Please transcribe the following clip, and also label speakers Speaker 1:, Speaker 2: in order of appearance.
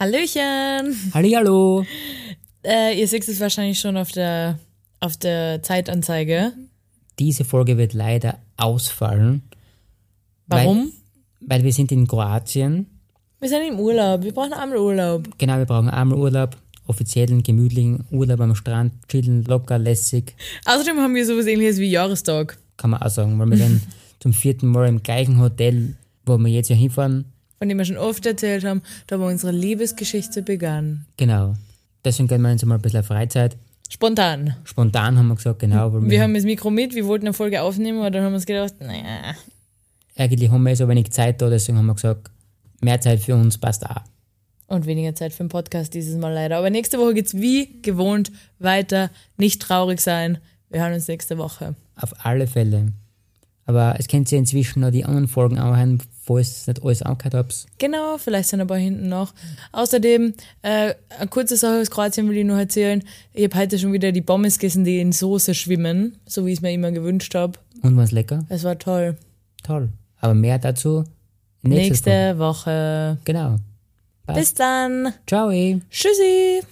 Speaker 1: Hallöchen!
Speaker 2: Hallihallo.
Speaker 1: Äh, ihr seht es wahrscheinlich schon auf der, auf der Zeitanzeige.
Speaker 2: Diese Folge wird leider ausfallen,
Speaker 1: Warum?
Speaker 2: weil wir sind in Kroatien.
Speaker 1: wir sind im Urlaub. Wir brauchen einmal Urlaub.
Speaker 2: Genau, wir brauchen einmal Urlaub, offiziellen, gemütlichen Urlaub am Strand, chillen, locker, lässig.
Speaker 1: Außerdem haben wir sowas ähnliches wie Jahrestag.
Speaker 2: Kann man auch sagen, weil wir dann zum vierten Mal im gleichen Hotel, wo wir jetzt ja hinfahren.
Speaker 1: Von dem wir schon oft erzählt haben, da wo unsere Liebesgeschichte begann.
Speaker 2: Genau. Deswegen gönnen wir uns mal ein bisschen Freizeit.
Speaker 1: Spontan.
Speaker 2: Spontan haben wir gesagt, genau, weil wir,
Speaker 1: Wir haben das Mikro mit, wir wollten eine Folge aufnehmen, aber dann haben wir uns gedacht, naja.
Speaker 2: eigentlich haben wir so wenig Zeit da, deswegen haben wir gesagt, mehr Zeit für uns passt auch.
Speaker 1: Und weniger Zeit für den Podcast dieses Mal leider. Aber nächste Woche geht's wie gewohnt weiter. Nicht traurig sein. Wir hören uns nächste Woche.
Speaker 2: Auf alle Fälle. Aber es könnt ihr inzwischen noch die anderen Folgen anhören, falls ihr nicht alles angehört habt.
Speaker 1: Genau, vielleicht sind ein paar hinten noch. Außerdem, äh, eine kurze Sache aus Kroatien will ich noch erzählen. Ich habe heute schon wieder die Pommes gegessen, die in Soße schwimmen, so wie ich es mir immer gewünscht habe.
Speaker 2: Und war's lecker?
Speaker 1: Es war toll.
Speaker 2: Toll. Aber mehr dazu nächstes Mal.
Speaker 1: Nächste Woche.
Speaker 2: Genau.
Speaker 1: Bis dann.
Speaker 2: Ciao. eh.
Speaker 1: Tschüssi.